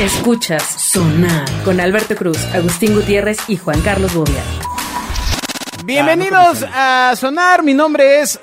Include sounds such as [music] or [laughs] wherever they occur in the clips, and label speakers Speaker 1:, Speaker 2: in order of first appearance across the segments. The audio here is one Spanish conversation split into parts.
Speaker 1: Escuchas Sonar con Alberto Cruz, Agustín Gutiérrez y Juan Carlos Bobia.
Speaker 2: Bienvenidos
Speaker 3: Ah,
Speaker 2: a Sonar, mi nombre es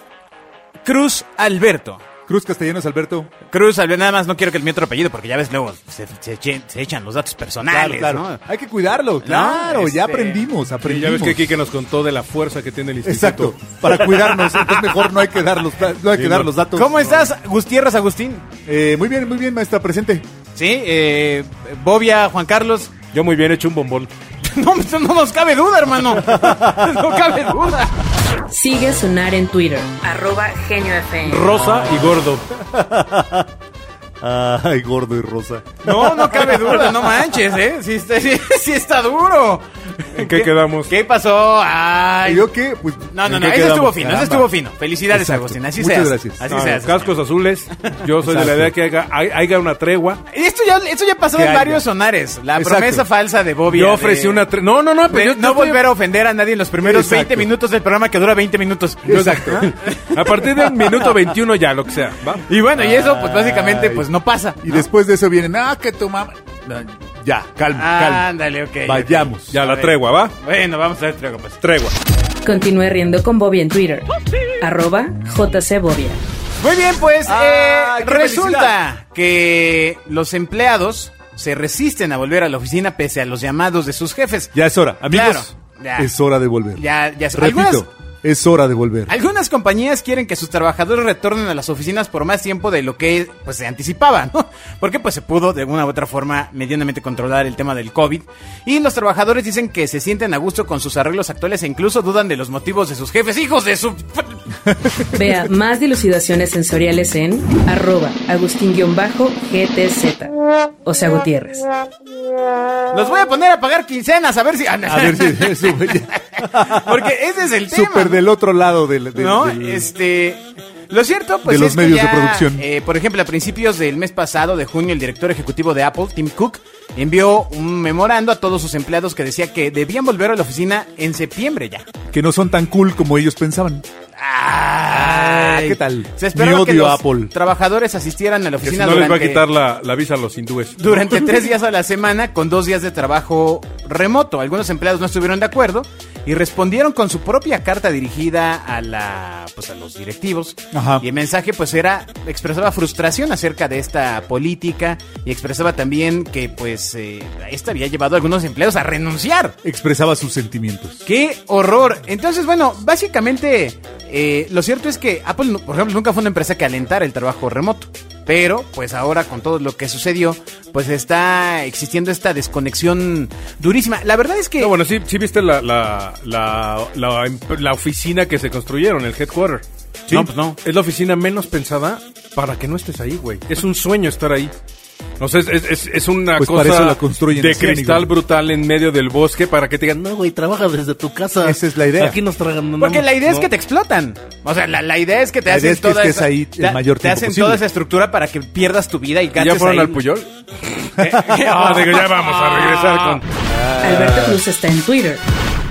Speaker 2: Cruz Alberto.
Speaker 4: Cruz Castellanos, Alberto.
Speaker 2: Cruz Alberto, nada más no quiero que mi otro apellido porque ya ves luego se, se echen- se echan los datos personales, ¿no?
Speaker 4: Hay que cuidarlo, claro, ya
Speaker 2: este-
Speaker 4: aprendimos,
Speaker 5: Y
Speaker 4: aprendimos.
Speaker 5: ya ves que Kike nos contó de la fuerza que tiene el instituto.
Speaker 4: Exacto, para cuidarnos, entonces mejor no hay que dar los, da- no hay que
Speaker 5: Sí,
Speaker 4: dar
Speaker 5: no.
Speaker 4: los datos.
Speaker 2: ¿Cómo estás, Gutiérrez Agustín?
Speaker 4: Eh, muy bien, muy bien, maestra, presente.
Speaker 2: Sí, eh, Bobia, Juan Carlos. [laughs]
Speaker 5: Yo muy bien he hecho un bombón.
Speaker 2: No, no nos cabe duda, hermano. [laughs] No cabe duda.
Speaker 1: Sigue a Sonar en Twitter, arroba Genio FM.
Speaker 5: Rosa y gordo.
Speaker 4: Ay, gordo y rosa.
Speaker 2: No, no cabe duda, no manches, ¿eh? Sí está, sí- [laughs] sí está duro.
Speaker 5: ¿En qué quedamos?
Speaker 2: ¿Qué pasó? Ay.
Speaker 4: ¿Y yo qué? Pues,
Speaker 2: No, no, no,
Speaker 5: ¿En qué
Speaker 2: ese
Speaker 5: quedamos?
Speaker 2: estuvo fino, ese
Speaker 4: Caramba.
Speaker 2: estuvo fino. Felicidades,
Speaker 4: Exacto.
Speaker 2: Agustín, así
Speaker 4: Muchas
Speaker 2: seas.
Speaker 4: gracias.
Speaker 2: Así
Speaker 5: Ah,
Speaker 2: seas.
Speaker 5: los cascos azules. Yo soy de
Speaker 4: Exacto.
Speaker 5: la idea que haga- hay- haya una tregua.
Speaker 2: Esto ya, esto ya pasó
Speaker 5: Que
Speaker 2: en
Speaker 5: haya.
Speaker 2: varios sonares. La
Speaker 4: Exacto.
Speaker 2: promesa falsa de Bobby.
Speaker 5: Yo ofrecí una tregua. No, no, no,
Speaker 2: de
Speaker 5: pero Pues yo- yo
Speaker 2: no
Speaker 5: estoy-
Speaker 2: volver a ofender a nadie en los primeros
Speaker 4: Exacto.
Speaker 2: 20 minutos del programa que dura 20 minutos.
Speaker 4: Exacto.
Speaker 5: A partir del minuto 21 ya, lo que sea. ¿va?
Speaker 2: [laughs] Y bueno, y eso, pues básicamente,
Speaker 4: Ay.
Speaker 2: pues no pasa.
Speaker 4: Y después de eso vienen, ah, que tu mamá. No, Ya, calma, calma.
Speaker 2: Ándale, ok.
Speaker 4: Vayamos.
Speaker 5: Ya,
Speaker 2: A
Speaker 5: la
Speaker 2: ver.
Speaker 5: tregua, ¿va?
Speaker 2: Bueno, vamos a ver, tregua, pues.
Speaker 5: Tregua.
Speaker 1: Continúe riendo con Bobia en Twitter, arroba JC Bobia.
Speaker 2: Muy bien, pues
Speaker 4: Ah,
Speaker 2: eh,
Speaker 4: qué
Speaker 2: resulta que los empleados se resisten a volver a la oficina pese a los llamados de sus jefes.
Speaker 4: Ya es hora, amigos.
Speaker 2: Claro, ya.
Speaker 4: Es hora de volver.
Speaker 2: Ya, ya es-
Speaker 4: Repito,
Speaker 2: algunas-
Speaker 4: es hora de volver.
Speaker 2: Algunas compañías quieren que sus trabajadores retornen a las oficinas por más tiempo de lo que pues, se anticipaba, ¿no? [laughs] Porque pues se pudo de alguna u otra forma medianamente controlar el tema del COVID. Y los trabajadores dicen que se sienten a gusto con sus arreglos actuales e incluso dudan de los motivos de sus jefes. ¡Hijos de su...!
Speaker 1: Vea más dilucidaciones sensoriales en arroba Agustín-GTZ. O sea, Gutiérrez.
Speaker 2: Los voy a poner a pagar quincenas a ver si... [laughs]
Speaker 4: A ver si [laughs] sube
Speaker 2: Porque ese es el tema.
Speaker 4: Súper del otro lado del. del-
Speaker 2: ¿No?
Speaker 4: del-
Speaker 2: Este. Lo cierto, pues.
Speaker 4: de los
Speaker 2: es que
Speaker 4: medios de
Speaker 2: ya,
Speaker 4: producción.
Speaker 2: eh, por ejemplo, a principios del mes pasado, de junio, el director ejecutivo de Apple, Tim Cook, envió un memorando a todos sus empleados que decía que debían volver a la oficina en septiembre ya.
Speaker 4: que no son tan cool como ellos pensaban.
Speaker 2: Ay,
Speaker 4: Ah, ¿qué tal?
Speaker 2: Se esperaba
Speaker 4: Mi
Speaker 2: que
Speaker 4: odio
Speaker 2: los
Speaker 4: a Apple.
Speaker 2: trabajadores asistieran a la
Speaker 5: Que si
Speaker 2: oficina
Speaker 5: no les va a
Speaker 2: durante,
Speaker 5: quitar la, la visa a los hindúes.
Speaker 2: durante tres días a la semana con dos días de trabajo remoto. Algunos empleados no estuvieron de acuerdo y respondieron con su propia carta dirigida a la pues a los directivos.
Speaker 4: Ajá.
Speaker 2: Y el mensaje pues era expresaba frustración acerca de esta política y expresaba también que pues eh, esta había llevado a algunos empleados a renunciar.
Speaker 4: Expresaba sus sentimientos.
Speaker 2: ¡Qué horror! Entonces, bueno, básicamente eh, lo cierto es que Apple, nu- por ejemplo, nunca fue una empresa que alentara el trabajo remoto. Pero, pues ahora con todo lo que sucedió, pues está existiendo esta desconexión durísima. La verdad es que...
Speaker 5: No, bueno, sí, sí viste la, la, la, la em- la oficina que se construyeron, el headquarter.
Speaker 2: Sí. No, pues no.
Speaker 5: Es la oficina menos pensada para que no estés ahí, güey. Es un sueño estar ahí. O sea, es, es- es- es una
Speaker 4: Pues para
Speaker 5: cosa
Speaker 4: eso la construyen,
Speaker 5: de
Speaker 4: decían,
Speaker 5: cristal
Speaker 4: igual.
Speaker 5: brutal en medio del bosque para que te digan, [laughs] no, güey, trabaja desde tu casa.
Speaker 4: Esa es la idea.
Speaker 5: Aquí nos tragan.
Speaker 2: Porque la idea es que te explotan. O sea, la, la idea es que te
Speaker 4: La
Speaker 2: hacen
Speaker 4: idea es que
Speaker 2: toda
Speaker 4: estés
Speaker 2: esa-
Speaker 4: ahí el
Speaker 2: te-
Speaker 4: mayor
Speaker 2: te
Speaker 4: tiempo
Speaker 2: hacen
Speaker 4: posible.
Speaker 2: toda esa estructura para que pierdas tu vida y
Speaker 5: ¿Y
Speaker 2: gastes
Speaker 5: ¿Ya fueron
Speaker 2: ahí-
Speaker 5: al Puyol? Ah, digo, ya vamos a regresar con...
Speaker 1: Alberto Cruz está en Twitter,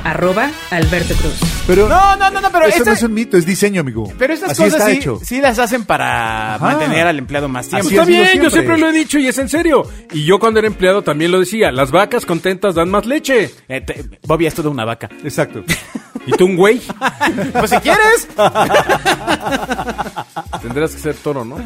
Speaker 1: arroba Alberto Cruz.
Speaker 4: Pero
Speaker 2: No, no, no, no, pero
Speaker 4: eso
Speaker 2: esta-
Speaker 4: no es un mito, es diseño, amigo.
Speaker 2: Pero estas
Speaker 4: Así
Speaker 2: cosas
Speaker 4: está
Speaker 2: sí,
Speaker 4: hecho.
Speaker 2: sí las hacen para
Speaker 4: Ajá.
Speaker 2: mantener al empleado más tiempo.
Speaker 4: Así
Speaker 5: Está
Speaker 4: ha sido
Speaker 5: bien, yo
Speaker 4: siempre.
Speaker 5: siempre lo he dicho y es en serio. Y yo cuando era empleado también lo decía, las vacas contentas dan más leche.
Speaker 2: Eh, te- Bobby es toda una vaca.
Speaker 4: Exacto.
Speaker 5: Y tú un güey,
Speaker 2: Pues si
Speaker 4: [laughs]
Speaker 2: quieres.
Speaker 5: [laughs] tendrás que ser toro, ¿no?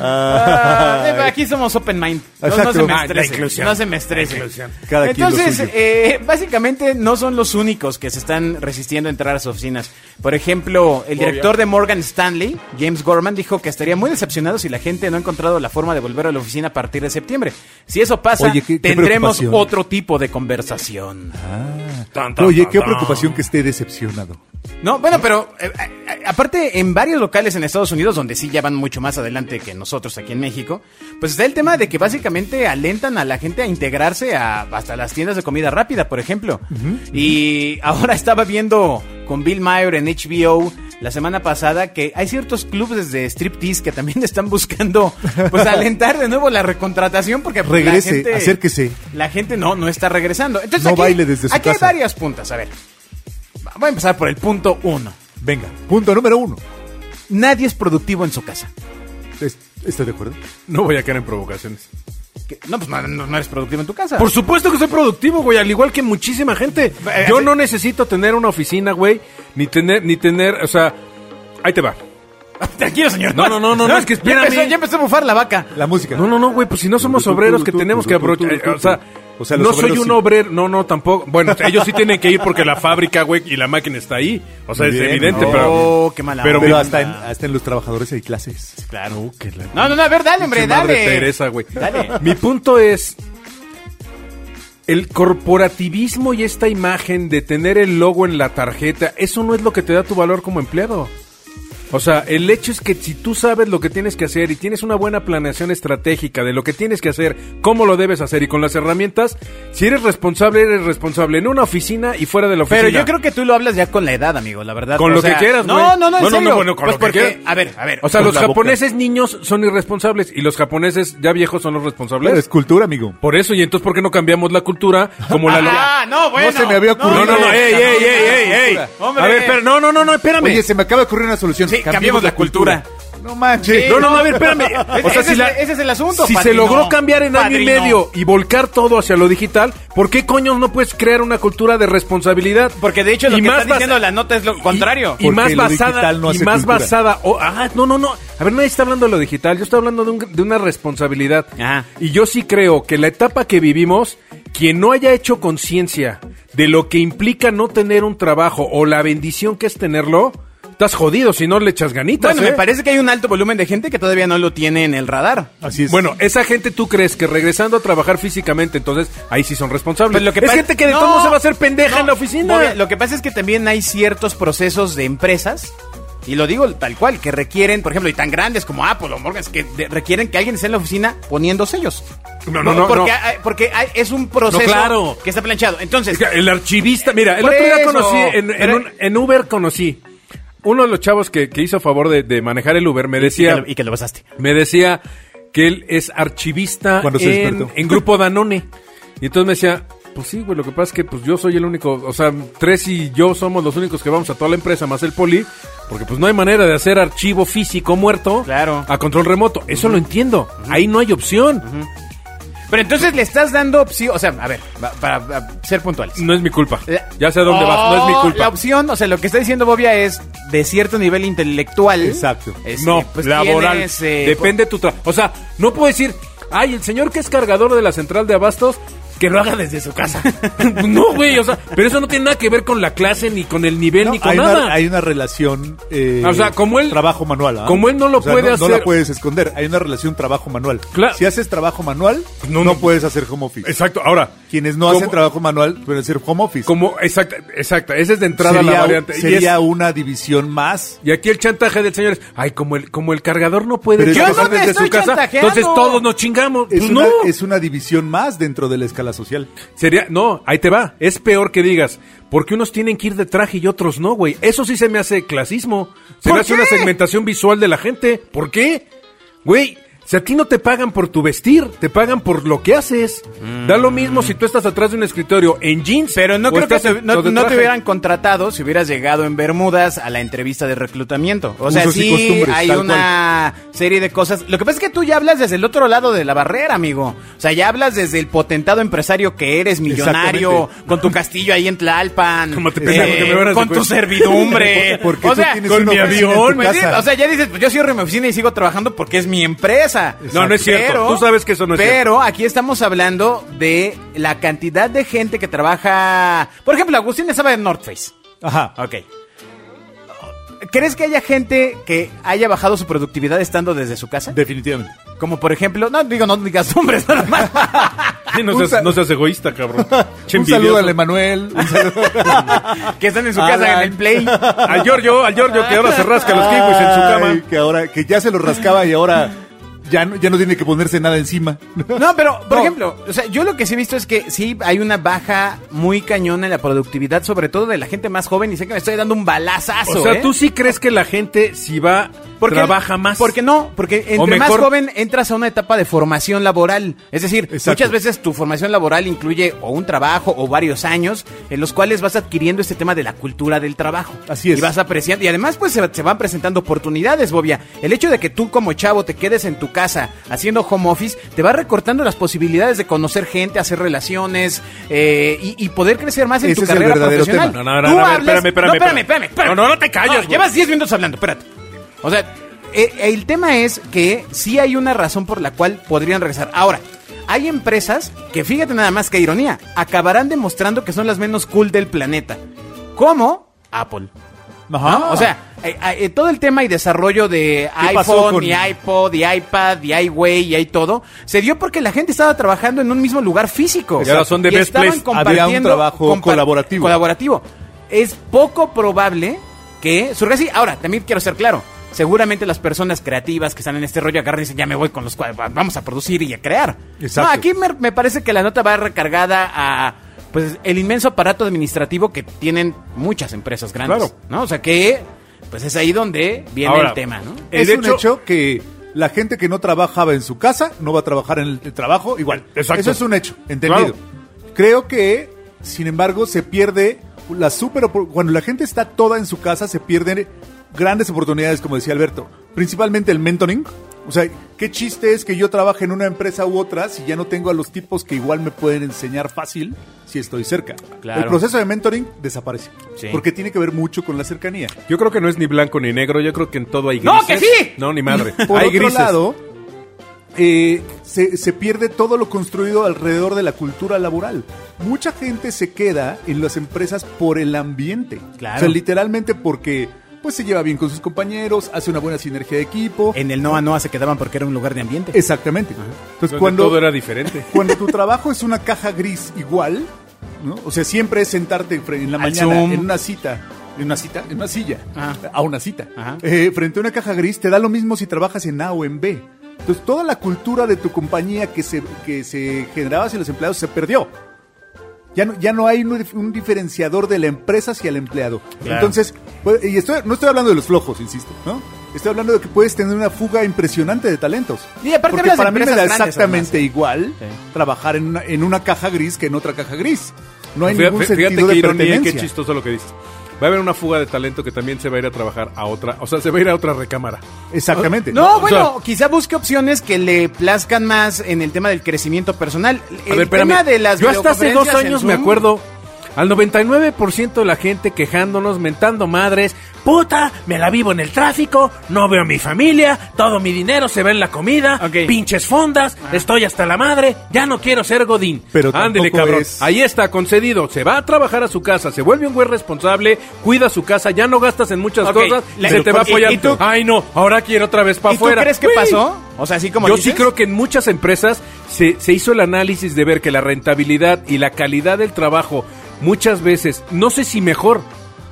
Speaker 2: Ah, eh, aquí somos open mind. No, no
Speaker 4: Exacto.
Speaker 2: se me
Speaker 4: Ah, la
Speaker 2: estresen.
Speaker 5: inclusión.
Speaker 2: No se me estresen.
Speaker 5: La inclusión.
Speaker 4: Cada quien lo
Speaker 2: Entonces,
Speaker 4: suyo.
Speaker 2: eh, básicamente no son los únicos que se están resistiendo a entrar a sus oficinas. Por ejemplo, el
Speaker 5: Obvio.
Speaker 2: director de Morgan Stanley, James Gorman, dijo que estaría muy decepcionado si la gente no ha encontrado la forma de volver a la oficina a partir de septiembre. Si eso pasa,
Speaker 4: Oye, qué- qué
Speaker 2: tendremos
Speaker 4: preocupación.
Speaker 2: otro tipo de conversación.
Speaker 5: [laughs] Tan, tan,
Speaker 4: Oye,
Speaker 5: tan,
Speaker 4: qué
Speaker 5: tan.
Speaker 4: preocupación que esté decepcionado.
Speaker 2: No, bueno, pero eh, a- a- aparte en varios locales en Estados Unidos, donde sí ya van mucho más adelante que nosotros aquí en México, pues está el tema de que básicamente alentan a la gente a integrarse a hasta las tiendas de comida rápida, por ejemplo. Y [laughs] ahora estaba viendo con Bill Mayer en HBO la semana pasada que hay ciertos clubes de striptease que también [laughs] están buscando pues alentar de nuevo la recontratación porque la
Speaker 4: Regrese,
Speaker 2: gente-
Speaker 4: acérquese.
Speaker 2: La gente no, no está regresando. Entonces
Speaker 4: No
Speaker 2: aquí-
Speaker 4: baile desde su
Speaker 2: aquí
Speaker 4: casa.
Speaker 2: hay varias puntas, a ver. Voy a empezar por el punto uno.
Speaker 4: Venga, punto número uno.
Speaker 2: Nadie es productivo en su casa.
Speaker 4: Es- ¿Estás de acuerdo?
Speaker 5: No voy a caer en provocaciones.
Speaker 2: que- no, pues no, no- no eres productivo en tu casa.
Speaker 5: Por supuesto que soy productivo, güey, al igual que muchísima gente.
Speaker 2: Eh,
Speaker 5: Yo
Speaker 2: eh,
Speaker 5: no necesito tener una oficina, güey, ni tener, ni tener, o sea,
Speaker 2: [laughs]
Speaker 5: ahí te va.
Speaker 2: Tranquilo, señor.
Speaker 5: No, no, no, no, es que espérame.
Speaker 2: Ya empezó, ya empezó a bufar la vaca.
Speaker 4: La música.
Speaker 5: No, no, no, güey, pues si no somos obreros que tenemos que aprovechar, eh, o sea,
Speaker 4: O sea, los
Speaker 5: no soy
Speaker 4: obreros
Speaker 5: un
Speaker 4: sí.
Speaker 5: obrero, no, no, tampoco. Bueno, ellos sí tienen que ir porque la fábrica, güey, y la máquina está ahí. O sea,
Speaker 4: Bien,
Speaker 5: es evidente,
Speaker 4: no.
Speaker 5: pero
Speaker 2: Oh, qué mala
Speaker 5: pero
Speaker 2: onda.
Speaker 5: mi-
Speaker 4: Pero hasta en, hasta en los trabajadores hay clases.
Speaker 2: Claro. No, no, no, a ver, dale, hombre,
Speaker 5: Pinche madre
Speaker 2: dale.
Speaker 5: Teresa, güey.
Speaker 2: Dale.
Speaker 5: Mi punto es el corporativismo y esta imagen de tener el logo en la tarjeta, eso no es lo que te da tu valor como empleado. O sea, el hecho es que si tú sabes lo que tienes que hacer y tienes una buena planeación estratégica de lo que tienes que hacer, cómo lo debes hacer y con las herramientas, si eres responsable, eres responsable en una oficina y fuera de la oficina.
Speaker 2: Pero yo creo que tú lo hablas ya con la edad, amigo, la verdad.
Speaker 5: Con
Speaker 2: O
Speaker 5: lo
Speaker 2: sea,
Speaker 5: que quieras, güey.
Speaker 2: No, no, no, en
Speaker 5: Bueno,
Speaker 2: serio.
Speaker 5: bueno, con
Speaker 2: pues
Speaker 5: lo que
Speaker 2: porque,
Speaker 5: quieras.
Speaker 2: a ver, a ver.
Speaker 5: O sea,
Speaker 4: con
Speaker 5: los
Speaker 4: la boca.
Speaker 5: japoneses niños son irresponsables y los japoneses ya viejos son los responsables.
Speaker 4: Claro, es cultura, amigo.
Speaker 5: Por eso, y entonces, ¿por qué no cambiamos la cultura como la...
Speaker 2: [laughs] ah, no, bueno.
Speaker 4: se me había
Speaker 5: no, no,
Speaker 4: ocurrido.
Speaker 5: no, ey, ey, ey, ey, ey.
Speaker 2: Hombre.
Speaker 5: A ver, espera, no, no, no, no, espérame.
Speaker 4: Oye, se me acaba de ocurrir una solución.
Speaker 2: Sí, cambiemos la cultura.
Speaker 4: No manches.
Speaker 2: Sí.
Speaker 5: no, no, a ver, espérame. O sea,
Speaker 2: Ese
Speaker 5: si
Speaker 2: es-
Speaker 5: la-
Speaker 2: ese es el asunto,
Speaker 5: Si se
Speaker 2: padrino.
Speaker 5: logró cambiar en año y
Speaker 2: Padrino.
Speaker 5: medio y volcar todo hacia lo digital, ¿por qué coño no puedes crear una cultura de responsabilidad?
Speaker 2: Porque de hecho lo
Speaker 5: Y
Speaker 2: que
Speaker 5: más
Speaker 2: está
Speaker 5: basa-
Speaker 2: diciendo la nota es lo contrario.
Speaker 5: Y, y
Speaker 4: Porque
Speaker 5: más
Speaker 4: lo
Speaker 5: basada.
Speaker 4: digital no
Speaker 5: y
Speaker 4: hace
Speaker 5: más
Speaker 4: cultura.
Speaker 5: basada. o- ah, no, no, no. A ver, nadie está hablando de lo digital. Yo estoy hablando de, un- de una responsabilidad.
Speaker 2: Ajá.
Speaker 5: Y yo sí creo que la etapa que vivimos, quien no haya hecho conciencia de lo que implica no tener un trabajo o la bendición que es tenerlo, estás jodido si no le echas ganitas.
Speaker 2: Bueno, me
Speaker 5: ¿eh?
Speaker 2: parece que hay un alto volumen de gente que todavía no lo tiene en el radar.
Speaker 4: Así es.
Speaker 5: Bueno, esa gente tú crees que regresando a trabajar físicamente, entonces ahí sí son responsables.
Speaker 2: Pues lo que
Speaker 5: es
Speaker 2: pa-
Speaker 5: gente que de
Speaker 2: No,
Speaker 5: todos modos se va a hacer pendeja
Speaker 2: no,
Speaker 5: en la oficina.
Speaker 2: Bobia, lo que pasa es que también hay ciertos procesos de empresas, y lo digo tal cual, que requieren, por ejemplo, y tan grandes como Apple o Morgan, que de- requieren que alguien esté en la oficina poniendo sellos.
Speaker 5: No, no, no,
Speaker 2: Porque,
Speaker 5: no.
Speaker 2: hay- porque hay- es un proceso
Speaker 5: No, claro.
Speaker 2: que está planchado. Entonces,
Speaker 5: Es que el archivista, mira, el
Speaker 2: Por
Speaker 5: otro día
Speaker 2: eso.
Speaker 5: conocí, en, en
Speaker 2: Pero-
Speaker 5: un- en Uber conocí, uno de los chavos que, que hizo favor de, de manejar el Uber me
Speaker 2: y, que
Speaker 5: decía,
Speaker 2: lo, y que lo pasaste.
Speaker 5: me decía que él es archivista
Speaker 4: Cuando se
Speaker 5: en,
Speaker 4: despertó.
Speaker 5: en Grupo Danone. Y entonces me decía, pues sí, güey, lo que pasa es que pues yo soy el único, o sea, tres y yo somos los únicos que vamos a toda la empresa, más el poli, porque pues no hay manera de hacer archivo físico muerto
Speaker 2: Claro.
Speaker 5: a control remoto. Eso lo entiendo, ahí no hay opción.
Speaker 2: Pero entonces le estás dando opción, o sea, a ver, pa- para, para ser puntuales.
Speaker 5: No es mi culpa.
Speaker 2: La- Oh,
Speaker 5: Ya sé a dónde vas, no es mi
Speaker 2: La
Speaker 5: culpa.
Speaker 2: opción, o sea, lo que está diciendo Bobia es de cierto nivel intelectual.
Speaker 4: Exacto.
Speaker 2: Es,
Speaker 5: no,
Speaker 2: eh, pues,
Speaker 5: laboral.
Speaker 2: tienes, eh,
Speaker 4: pues
Speaker 5: Depende tu trabajo. O sea, no puedo decir, ay, el señor que es cargador de la central de abastos, que lo haga desde su casa. [laughs] no, güey, o sea, pero eso no tiene nada que ver con la clase, ni con el nivel,
Speaker 4: No,
Speaker 5: ni con
Speaker 4: hay,
Speaker 5: nada.
Speaker 4: Una, hay una relación. eh,
Speaker 5: O sea, como él-
Speaker 4: Trabajo manual. ¿ah?
Speaker 5: como él no lo puede
Speaker 4: No
Speaker 5: hacer-
Speaker 4: la puedes esconder. Hay una relación trabajo manual.
Speaker 5: Claro. Pues
Speaker 4: Si haces trabajo manual,
Speaker 5: No,
Speaker 4: no,
Speaker 5: no.
Speaker 4: puedes hacer home office.
Speaker 5: Exacto, ahora.
Speaker 4: Quienes no
Speaker 5: como-
Speaker 4: hacen trabajo manual pueden hacer home office.
Speaker 5: Como, exacta, exacta, esa es de entrada
Speaker 4: sería
Speaker 5: la variante. Y
Speaker 4: sería
Speaker 5: es-
Speaker 4: una división más.
Speaker 5: Y aquí el chantaje del señor es, ay, como el, como el cargador no puede
Speaker 4: Pero yo
Speaker 5: trabajar
Speaker 2: no te
Speaker 5: desde
Speaker 2: estoy
Speaker 5: su casa,
Speaker 2: chantajeando.
Speaker 5: entonces todos nos chingamos.
Speaker 4: Es,
Speaker 5: Pues
Speaker 4: una,
Speaker 5: no.
Speaker 4: es una división más dentro de la escala social.
Speaker 5: Sería, no, ahí te va. Es peor que digas, porque unos tienen que ir de traje y otros no, güey. Eso sí se me hace clasismo. Se
Speaker 2: ¿Por
Speaker 5: me hace una
Speaker 2: qué?
Speaker 5: segmentación visual de la gente. ¿Por qué? Güey, si a ti no te pagan por tu vestir, te pagan por lo que haces. Da lo mismo si tú estás atrás de un escritorio en jeans.
Speaker 2: Mm. Pero no
Speaker 5: o
Speaker 2: creo que
Speaker 5: estás
Speaker 2: te,
Speaker 5: en-
Speaker 2: no,
Speaker 5: o de
Speaker 2: no te
Speaker 5: traje.
Speaker 2: hubieran contratado si hubieras llegado en Bermudas a la entrevista de reclutamiento. O sea,
Speaker 4: Usos y
Speaker 2: sí
Speaker 4: costumbres,
Speaker 2: hay
Speaker 4: tal
Speaker 2: una serie de cosas. Lo que pasa es que tú ya hablas desde el otro lado de la barrera, amigo. O sea, ya hablas desde el potentado empresario que eres, millonario,
Speaker 4: Exactamente.
Speaker 2: con tu castillo ahí en Tlalpan, eh,
Speaker 5: Como te pensaba que me hubieras
Speaker 2: con tu
Speaker 5: dicho. [laughs]
Speaker 2: servidumbre.
Speaker 4: Porque tú tienes
Speaker 5: con
Speaker 4: una
Speaker 5: mi
Speaker 4: oficina en tu
Speaker 5: avión,
Speaker 2: pues sí,
Speaker 4: casa.
Speaker 2: o sea, ya dices, pues yo cierro mi oficina y sigo trabajando porque es mi empresa.
Speaker 5: No, no es cierto. Tú sabes que eso no es
Speaker 2: pero
Speaker 5: cierto.
Speaker 2: Pero aquí estamos hablando de la cantidad de gente que trabaja. Por ejemplo, Agustín estaba en North Face.
Speaker 4: Ajá.
Speaker 2: Ok. ¿Crees que haya gente que haya bajado su productividad estando desde su casa?
Speaker 4: Definitivamente.
Speaker 2: Como por ejemplo, no digo, no digas nombres, [laughs] nada más.
Speaker 5: Sí, no,
Speaker 4: Un
Speaker 5: seas,
Speaker 4: sa-
Speaker 5: no seas
Speaker 2: [laughs]
Speaker 5: egoísta, cabrón. Che
Speaker 4: Un saludo
Speaker 5: envidioso.
Speaker 4: al
Speaker 5: [laughs]
Speaker 4: Emanuel. un saludo-
Speaker 2: que están en su
Speaker 4: Alan.
Speaker 2: casa en el play.
Speaker 5: Al Giorgio, al Giorgio, que ahora se
Speaker 2: [laughs]
Speaker 5: rasca los kiwis en su
Speaker 4: Ay,
Speaker 5: cama.
Speaker 4: que ahora, que ya se lo rascaba y ahora ya no, ya no tiene que ponerse nada encima. [laughs]
Speaker 2: No, pero, por
Speaker 4: No.
Speaker 2: ejemplo, o sea, yo lo que sí he visto es que sí hay una baja muy cañona en la productividad, sobre todo de la gente más joven, y sé que me estoy dando un balazazo.
Speaker 5: O sea,
Speaker 2: ¿eh?
Speaker 5: tú sí crees que la gente, si va, trabaja más.
Speaker 2: Porque no, porque
Speaker 5: O
Speaker 2: entre más
Speaker 5: mejor-
Speaker 2: joven entras a una etapa de formación laboral. Es decir,
Speaker 4: Exacto.
Speaker 2: muchas veces tu formación laboral incluye o un trabajo o varios años en los cuales vas adquiriendo este tema de la cultura del trabajo.
Speaker 4: Así es.
Speaker 2: Y vas apreciando. Y además, pues se, se van presentando oportunidades, Bobia. El hecho de que tú como chavo te quedes en tu casa haciendo home office, te va recortando las posibilidades de conocer gente, hacer relaciones eh, y, y poder crecer más en
Speaker 4: Ese
Speaker 2: tu
Speaker 4: es el
Speaker 2: carrera
Speaker 4: verdadero
Speaker 2: profesional.
Speaker 4: tema.
Speaker 5: No, no, no, no, a ver, espérame, espérame,
Speaker 2: No, espérame,
Speaker 5: espérame.
Speaker 2: espérame, espérame.
Speaker 5: No, no, no te calles, güey.
Speaker 2: llevas 10 minutos hablando, espérate. O sea, eh, el tema es que sí hay una razón por la cual podrían regresar. Ahora, hay empresas que, fíjate nada más que ironía, acabarán demostrando que son las menos cool del planeta. Como Apple.
Speaker 4: Ajá.
Speaker 5: Ah,
Speaker 2: O sea, eh, eh, todo el tema y desarrollo de
Speaker 4: pasó
Speaker 2: iPhone
Speaker 4: con-
Speaker 2: y iPod y iPad y iWay y ahí todo, se dio porque la gente estaba trabajando en un mismo lugar físico.
Speaker 5: Y ahora son de
Speaker 2: Y
Speaker 5: best
Speaker 2: estaban
Speaker 5: place.
Speaker 2: compartiendo-
Speaker 4: Había un trabajo
Speaker 2: compa-
Speaker 4: colaborativo.
Speaker 2: Colaborativo. Es poco probable que surja así. Ahora, también quiero ser claro. Seguramente las personas creativas que están en este rollo agarran y dicen, ya me voy con los cuales vamos a producir y a crear.
Speaker 4: Exacto.
Speaker 2: No, aquí me, me parece que la nota va recargada a pues el inmenso aparato administrativo que tienen muchas empresas grandes.
Speaker 5: Claro.
Speaker 2: ¿no? O sea que, pues es ahí donde viene
Speaker 5: Ahora,
Speaker 2: el tema, ¿no?
Speaker 5: Eh,
Speaker 4: es
Speaker 5: de
Speaker 4: un
Speaker 5: hecho-
Speaker 4: hecho, que la gente que no trabajaba en su casa no va a trabajar en el, el trabajo igual.
Speaker 5: Exacto.
Speaker 4: Eso es un hecho, entendido.
Speaker 5: Claro.
Speaker 4: Creo que, sin embargo, se pierde la super... opor- Cuando la gente está toda en su casa, se pierden grandes oportunidades, como decía Alberto. Principalmente el mentoring. O sea, ¿qué chiste es que yo trabaje en una empresa u otra si ya no tengo a los tipos que igual me pueden enseñar fácil si estoy cerca?
Speaker 2: Claro.
Speaker 4: El proceso de mentoring desaparece.
Speaker 2: Sí.
Speaker 4: Porque tiene que ver mucho con la cercanía.
Speaker 5: Yo creo que no es ni blanco ni negro, yo creo que en todo hay
Speaker 2: ¡No,
Speaker 5: grises.
Speaker 2: que sí!
Speaker 5: No, ni madre.
Speaker 4: [laughs] Por
Speaker 5: hay
Speaker 4: otro
Speaker 5: grises.
Speaker 4: lado, eh, se, se pierde todo lo construido alrededor de la cultura laboral. Mucha gente se queda en las empresas por el ambiente.
Speaker 2: Claro.
Speaker 4: O sea, literalmente porque pues se lleva bien con sus compañeros, hace una buena sinergia de equipo.
Speaker 2: En el Noa Noa se quedaban porque era un lugar de ambiente.
Speaker 4: Exactamente. Entonces,
Speaker 5: Donde
Speaker 4: pues, cuando,
Speaker 5: todo era diferente.
Speaker 4: [laughs] cuando tu trabajo es una caja gris igual, ¿no? O sea, siempre es sentarte fre- en la
Speaker 2: Al
Speaker 4: mañana
Speaker 2: Zoom.
Speaker 4: en una cita. En una cita, en una silla,
Speaker 2: Ajá.
Speaker 4: a una cita.
Speaker 2: Ajá.
Speaker 4: Eh, frente a una caja gris te da lo mismo si trabajas en A o en B. Entonces, toda la cultura de tu compañía que se, que se generaba hacia los empleados se perdió. Ya no, ya no hay un, dif- un diferenciador de la empresa hacia el empleado.
Speaker 2: Claro.
Speaker 4: Entonces, pues, y estoy, no estoy hablando de los flojos, insisto, ¿no? Estoy hablando de que puedes tener una fuga impresionante de talentos.
Speaker 2: Y aparte
Speaker 4: Porque
Speaker 2: hablas de
Speaker 4: para mí me
Speaker 2: empresas
Speaker 4: da
Speaker 2: grandes, ¿eh?
Speaker 4: exactamente igual
Speaker 2: Sí.
Speaker 4: trabajar en una, en una caja gris que en otra caja gris. No hay
Speaker 5: Fíjate-
Speaker 4: ningún
Speaker 5: fíjate
Speaker 4: sentido
Speaker 5: qué
Speaker 4: de
Speaker 5: ironía,
Speaker 4: pertenencia.
Speaker 5: qué chistoso lo que dices. Va a haber una fuga de talento que también se va a ir a trabajar a otra, o sea, se va a ir a otra recámara.
Speaker 4: Exactamente.
Speaker 2: No,
Speaker 5: O
Speaker 2: bueno,
Speaker 5: sea-
Speaker 2: quizá busque opciones que le plazcan más en el tema del crecimiento personal. El
Speaker 5: A ver, espérame.
Speaker 2: tema de las
Speaker 5: Yo hasta hace dos
Speaker 2: videoconferencias en
Speaker 5: años me
Speaker 2: Zoom,
Speaker 5: acuerdo al 99% de la gente quejándonos, mentando madres. Puta, me la vivo en el tráfico, no veo a mi familia, todo mi dinero se va en la comida,
Speaker 2: Ok. Ah.
Speaker 5: pinches fondas, estoy hasta la madre, ya no quiero ser Godín.
Speaker 4: Pero
Speaker 5: Ándele,
Speaker 4: tampoco
Speaker 5: cabrón.
Speaker 4: es-
Speaker 5: Ahí está, concedido. Se va a trabajar a su casa, se vuelve un güey responsable, cuida su casa, ya no gastas en muchas
Speaker 2: Ok,
Speaker 5: cosas,
Speaker 2: la-
Speaker 5: se te va a
Speaker 2: ¿y-
Speaker 5: apoyar.
Speaker 2: y tú-
Speaker 5: Ay, no, ahora quiero otra vez para
Speaker 2: ¿Y tú
Speaker 5: afuera.
Speaker 2: crees que
Speaker 5: Güey.
Speaker 2: pasó? O sea, así como
Speaker 5: Yo
Speaker 2: dices.
Speaker 5: sí creo que en muchas empresas se, se hizo el análisis de ver que la rentabilidad y la calidad del trabajo muchas veces, no sé si mejor,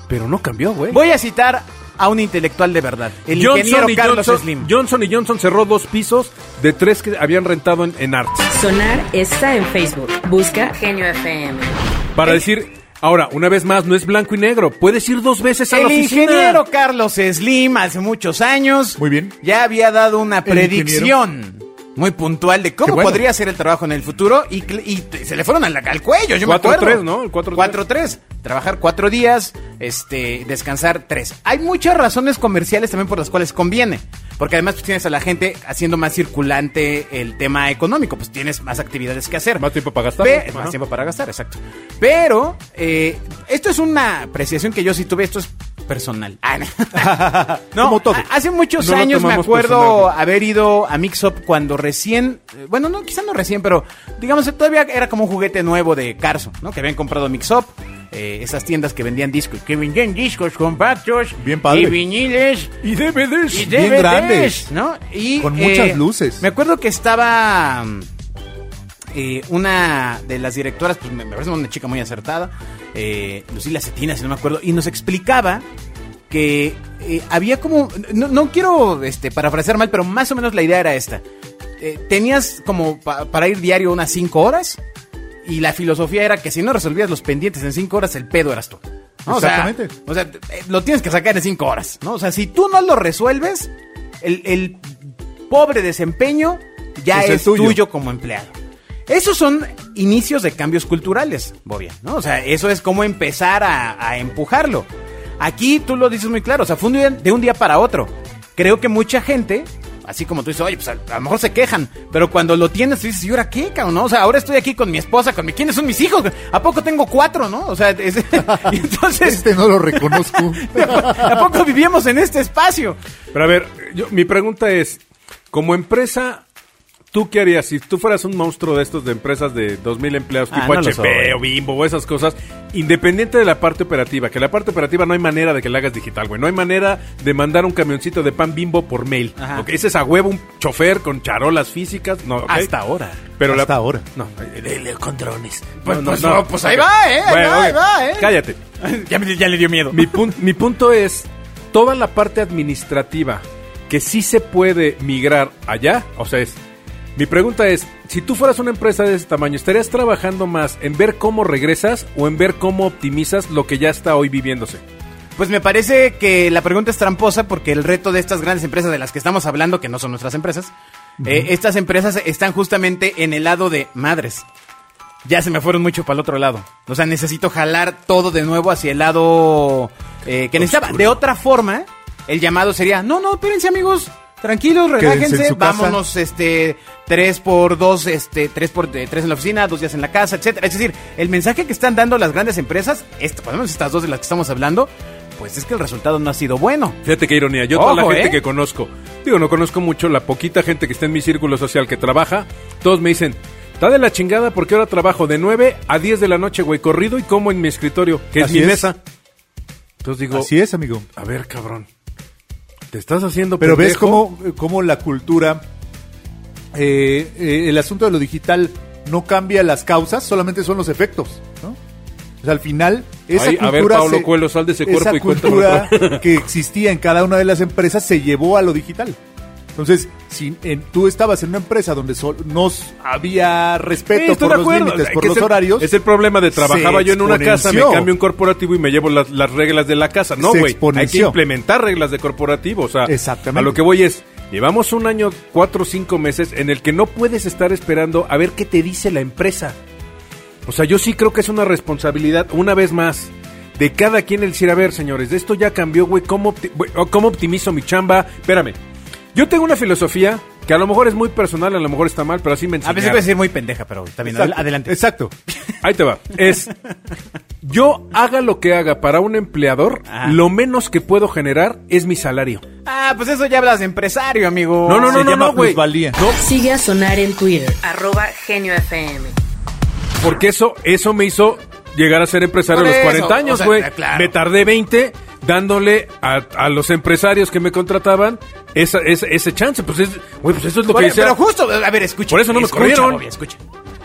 Speaker 5: pero no cambió, güey.
Speaker 2: Voy a citar a un intelectual de verdad, el ingeniero Carlos
Speaker 5: Johnson,
Speaker 2: Slim.
Speaker 5: Johnson y Johnson cerró dos pisos de tres que habían rentado en, en Arts.
Speaker 1: Sonar está en Facebook. Busca Genio FM.
Speaker 5: Para decir, ahora, una vez más, no es blanco y negro. Puedes ir dos veces a la
Speaker 2: El
Speaker 5: oficina.
Speaker 2: ingeniero Carlos Slim hace muchos años
Speaker 4: Muy bien.
Speaker 2: ya había dado una predicción muy puntual de cómo
Speaker 4: Qué bueno.
Speaker 2: podría ser el trabajo en el futuro y, cl- y t- se le fueron al, al cuello, yo
Speaker 5: Cuatro,
Speaker 2: me acuerdo.
Speaker 5: tres, ¿no? El cuatro,
Speaker 2: 4-3. 4-3. Trabajar cuatro días, este, descansar tres. Hay muchas razones comerciales también por las cuales conviene. Porque además pues, tienes a la gente haciendo más circulante el tema económico, pues tienes más actividades que hacer.
Speaker 5: Más tiempo para gastar.
Speaker 2: Pe-
Speaker 5: Ajá.
Speaker 2: más tiempo para gastar, exacto. Pero, eh, esto es una apreciación que yo sí tuve, esto es personal. Ah, [laughs] no. No,
Speaker 4: Como todo.
Speaker 2: ha- hace muchos
Speaker 5: No lo
Speaker 2: años me
Speaker 5: tomamos
Speaker 2: acuerdo
Speaker 5: personal.
Speaker 2: haber ido a Mix Up cuando recién, eh, bueno, no, quizá no recién, pero digamos, todavía era como un juguete nuevo de Carso, ¿no? Que habían comprado Mix Up, eh, esas tiendas que vendían discos, que vendían discos compactos,
Speaker 4: Bien padre.
Speaker 2: y viniles,
Speaker 5: Y DVDs.
Speaker 2: y
Speaker 4: Bien
Speaker 2: DVDs,
Speaker 4: grandes.
Speaker 2: ¿no? Y, eh,
Speaker 4: Con muchas luces.
Speaker 2: Me acuerdo que estaba mm, eh, una de las directoras, pues me, me parece una chica muy acertada, eh, Lucila Cetina, si no me acuerdo, y nos explicaba que eh, había como, no, no quiero este, parafrasear mal, pero más o menos la idea era esta. Eh, tenías como pa- para ir diario unas 5 horas y la filosofía era que si no resolvías los pendientes en 5 horas, el pedo eras tú. ¿no? O sea,
Speaker 4: Exactamente.
Speaker 2: o sea, t- eh, lo tienes que sacar en cinco horas, ¿no? O sea, si tú no lo resuelves, el, el pobre desempeño ya
Speaker 4: Es
Speaker 2: es,
Speaker 4: el
Speaker 2: tuyo.
Speaker 4: tuyo.
Speaker 2: como empleado. Esos son inicios de cambios culturales, Bobia, ¿no? O sea, eso es como empezar a, a empujarlo. Aquí tú lo dices muy claro, o sea, fue un día- de un día para otro. Creo que mucha gente Así como tú dices, oye, pues a, a lo mejor se quejan, pero [laughs] cuando lo tienes dices, ¿y ahora qué, cabrón? no? O sea, ahora estoy aquí con mi esposa, con mi... ¿Quiénes son mis hijos? ¿A poco tengo cuatro, no? O sea, es- [laughs] y entonces,
Speaker 6: Este no lo reconozco.
Speaker 2: ¿a poco vivíamos en este espacio?
Speaker 5: Pero a ver, yo- mi pregunta es, como empresa, ¿tú qué harías? Si tú fueras un monstruo de estos de empresas de 2.000 empleados,
Speaker 2: Ah,
Speaker 5: tipo
Speaker 2: no lo soy.
Speaker 5: HP o Bimbo o esas cosas, independiente de la parte operativa, que la parte operativa no hay manera de que la hagas digital, güey. No hay manera de mandar un camioncito de pan Bimbo por mail.
Speaker 2: Ajá.
Speaker 5: ¿ok? Ese es a huevo un chofer con charolas físicas. No, ¿ok?
Speaker 2: Hasta ahora.
Speaker 5: Pero la-
Speaker 6: Hasta ahora.
Speaker 5: No, el, con drones.
Speaker 2: Pues- pues- pues ahí va, ¿eh? Ahí va, ahí va, ¿eh?
Speaker 5: Cállate.
Speaker 2: [laughs] ya, me- ya le dio miedo.
Speaker 5: Mi, pun- mi punto es, toda la parte administrativa que sí se puede migrar allá, o sea, es... Mi pregunta es, si tú fueras una empresa de ese tamaño, ¿estarías trabajando más en ver cómo regresas o en ver cómo optimizas lo que ya está hoy viviéndose?
Speaker 2: Pues me parece que la pregunta es tramposa porque el reto de estas grandes empresas de las que estamos hablando, que no son nuestras empresas, eh, estas empresas están justamente en el lado de madres. Ya se me fueron mucho para el otro lado. O sea, necesito jalar todo de nuevo hacia el lado eh, que necesitaba. De otra forma, el llamado sería, no, no, espérense amigos, tranquilos,
Speaker 4: Quédense en
Speaker 2: relájense,
Speaker 4: su casa.
Speaker 2: vámonos este tres por dos este tres por eh, tres en la oficina dos días en la casa etcétera es decir el mensaje que están dando las grandes empresas esta- por lo menos estas dos de las que estamos hablando pues es que el resultado no ha sido bueno
Speaker 5: Fíjate qué ironía. Yo, toda la
Speaker 2: Ojo,
Speaker 5: gente
Speaker 2: ¿eh?
Speaker 5: que conozco, digo, no conozco mucho, la poquita gente que está en mi círculo social que trabaja, todos me dicen, está de la chingada porque ahora trabajo de 9 a 10 de la noche, güey, corrido y como en mi escritorio, [laughs] que
Speaker 4: Así
Speaker 5: es mi
Speaker 4: es.
Speaker 5: mesa. Entonces digo,
Speaker 4: Así es, amigo.
Speaker 5: a ver, cabrón, te estás haciendo
Speaker 4: Pero ves
Speaker 5: pendejo?
Speaker 4: cómo, eh, cómo la cultura, eh, eh, el asunto de lo digital no cambia las causas, solamente son los efectos, ¿no? O sea, al final, esa
Speaker 5: Ay, a
Speaker 4: cultura...
Speaker 5: ver, Pablo Coelho, sal de ese cuerpo
Speaker 4: esa
Speaker 5: y cuéntame
Speaker 4: cultura que existía en cada una de las empresas se llevó a lo digital. Entonces, si en- tú estabas en una empresa donde sol- no s- había
Speaker 5: Sí,
Speaker 4: respeto por
Speaker 5: estoy de
Speaker 4: los
Speaker 5: acuerdo.
Speaker 4: límites,
Speaker 5: Es
Speaker 4: por
Speaker 5: que
Speaker 4: los
Speaker 5: es el-
Speaker 4: horarios...
Speaker 5: Es el problema de trabajaba
Speaker 4: se
Speaker 5: yo en una casa, me
Speaker 4: exponenció.
Speaker 5: cambio un corporativo y me llevo las, las reglas de la casa. No,
Speaker 4: Se
Speaker 5: güey. Hay que
Speaker 4: exponenció.
Speaker 5: implementar reglas de corporativo. O sea,
Speaker 4: Exactamente.
Speaker 5: a lo que voy es, llevamos un año, cuatro o cinco meses en el que no puedes estar esperando a ver qué te dice la empresa. O sea, yo sí creo que es una responsabilidad, una vez más, de cada quien el decir, a ver, señores, de esto ya cambió, güey, ¿cómo, opti- güey, o ¿cómo optimizo mi chamba? Espérame. Yo tengo una filosofía que a lo mejor es muy personal, a lo mejor está mal, pero así me
Speaker 2: a
Speaker 5: enseñaron.
Speaker 2: veces voy a decir muy pendeja pero también
Speaker 4: Exacto,
Speaker 2: adelante
Speaker 4: Exacto.
Speaker 5: Ahí te va. Es yo haga lo que haga para un empleador,
Speaker 2: Ajá.
Speaker 5: lo menos que puedo generar es mi salario.
Speaker 2: ah pues eso ya hablas de empresario amigo
Speaker 5: No, no,
Speaker 4: Se
Speaker 5: no, no,
Speaker 4: llama
Speaker 5: no, güey.
Speaker 4: plusvalía.
Speaker 5: No,
Speaker 1: Sigue a Sonar en Twitter, arroba Genio FM.
Speaker 5: porque eso, eso me hizo llegar a ser empresario
Speaker 2: Por
Speaker 5: a los
Speaker 2: eso,
Speaker 5: 40
Speaker 2: o
Speaker 5: años,
Speaker 2: sea, eh,
Speaker 5: güey.
Speaker 2: claro.
Speaker 5: Me tardé 20 dándole a, a los empresarios que me contrataban esa, esa- ese chance. Pues, es, güey, pues eso es lo que
Speaker 2: Pero,
Speaker 5: decía.
Speaker 2: e, pero justo, a ver, escucha.
Speaker 5: Por eso no me
Speaker 2: escucha,
Speaker 5: corrieron.
Speaker 2: Bobby, escucha.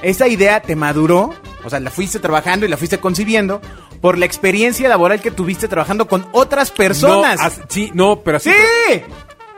Speaker 2: Esa idea te maduró, o sea, la fuiste trabajando y la fuiste concibiendo por la experiencia laboral que tuviste trabajando con otras
Speaker 5: no,
Speaker 2: personas.
Speaker 5: as- sí, no, pero así.
Speaker 2: ¡Sí!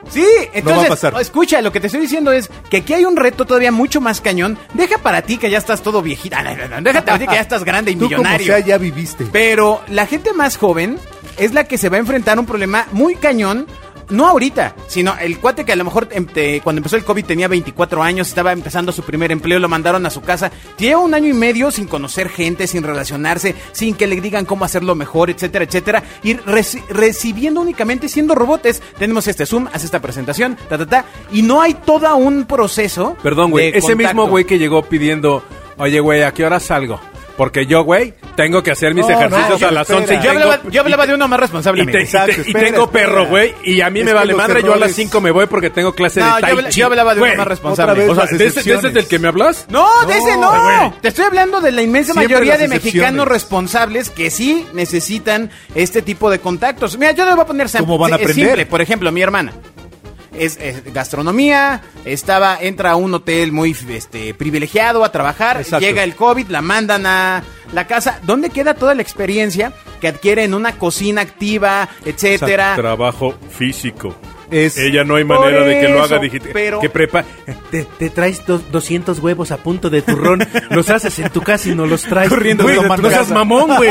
Speaker 2: Sí, entonces,
Speaker 4: a pasar.
Speaker 2: escucha, lo que te estoy diciendo es que aquí hay un reto todavía mucho más cañón. Deja para ti que ya estás todo viejita. [laughs] No, no, no, déjate para ti que ya estás grande y
Speaker 4: Tú como
Speaker 2: millonario.
Speaker 4: sea ya viviste.
Speaker 2: Pero la gente más joven es la que se va a enfrentar a un problema muy cañón. No ahorita, sino el cuate que a lo mejor em, te- cuando empezó el COVID tenía 24 años, estaba empezando su primer empleo, lo mandaron a su casa. Lleva un año y medio sin conocer gente, sin relacionarse, sin que le digan cómo hacerlo mejor, etcétera, etcétera. Y reci- recibiendo únicamente siendo robotes. Tenemos este Zoom, hace esta presentación, ta, ta, ta. Y no hay todo un proceso.
Speaker 5: Perdón, güey.
Speaker 2: de
Speaker 5: Ese mismo
Speaker 2: contacto.
Speaker 5: güey que llegó pidiendo, oye, güey, ¿a qué hora salgo? Porque yo, güey, tengo que hacer mis
Speaker 4: No, no,
Speaker 5: ejercicios
Speaker 4: yo-
Speaker 5: a las
Speaker 4: espera.
Speaker 5: 11 y
Speaker 2: Yo
Speaker 5: tengo-
Speaker 2: hablaba, yo hablaba de uno más responsable.
Speaker 5: Y, te-
Speaker 2: amigo.
Speaker 5: y te-
Speaker 4: Exacto,
Speaker 5: y
Speaker 4: espera,
Speaker 5: tengo
Speaker 4: espera.
Speaker 5: perro, güey. Y a mí
Speaker 4: Es
Speaker 5: me
Speaker 4: que
Speaker 5: vale
Speaker 4: los
Speaker 5: madre. Yo a las
Speaker 4: errores-
Speaker 5: 5 me voy porque tengo clase
Speaker 2: No,
Speaker 5: de
Speaker 2: yo
Speaker 5: tai
Speaker 2: habla-
Speaker 5: chi.
Speaker 2: yo hablaba de uno
Speaker 5: Güey,
Speaker 2: más responsable.
Speaker 5: otra vez
Speaker 4: O sea,
Speaker 5: las ¿de ese- de ese es
Speaker 4: excepciones.
Speaker 5: del que me hablas?
Speaker 2: No, de ese no.
Speaker 5: güey.
Speaker 2: Te estoy hablando de la inmensa
Speaker 4: Siempre
Speaker 2: mayoría
Speaker 4: las
Speaker 2: de
Speaker 4: excepciones.
Speaker 2: mexicanos responsables que sí necesitan este tipo de contactos. Mira, yo les voy a poner
Speaker 4: ¿Cómo van a
Speaker 2: es
Speaker 4: aprender?
Speaker 2: simple. Por ejemplo, mi hermana. Es, es gastronomía, estaba, entra a un hotel muy este, privilegiado a trabajar,
Speaker 4: Exacto.
Speaker 2: llega el COVID, la mandan a la casa, ¿dónde queda toda la experiencia que adquiere en una cocina activa, etcétera?
Speaker 5: Trabajo físico.
Speaker 4: Es-
Speaker 5: Ella no hay
Speaker 2: Por
Speaker 5: manera de que lo haga
Speaker 2: eso,
Speaker 5: digital.
Speaker 2: pero-
Speaker 5: Que prepa.
Speaker 3: Te, te traes dos- 200 huevos a punto de turrón, los haces en tu casa y no los traes.
Speaker 5: Corriendo,
Speaker 4: güey,
Speaker 5: güey,
Speaker 4: tomando
Speaker 5: no seas
Speaker 4: casa.
Speaker 5: mamón, güey.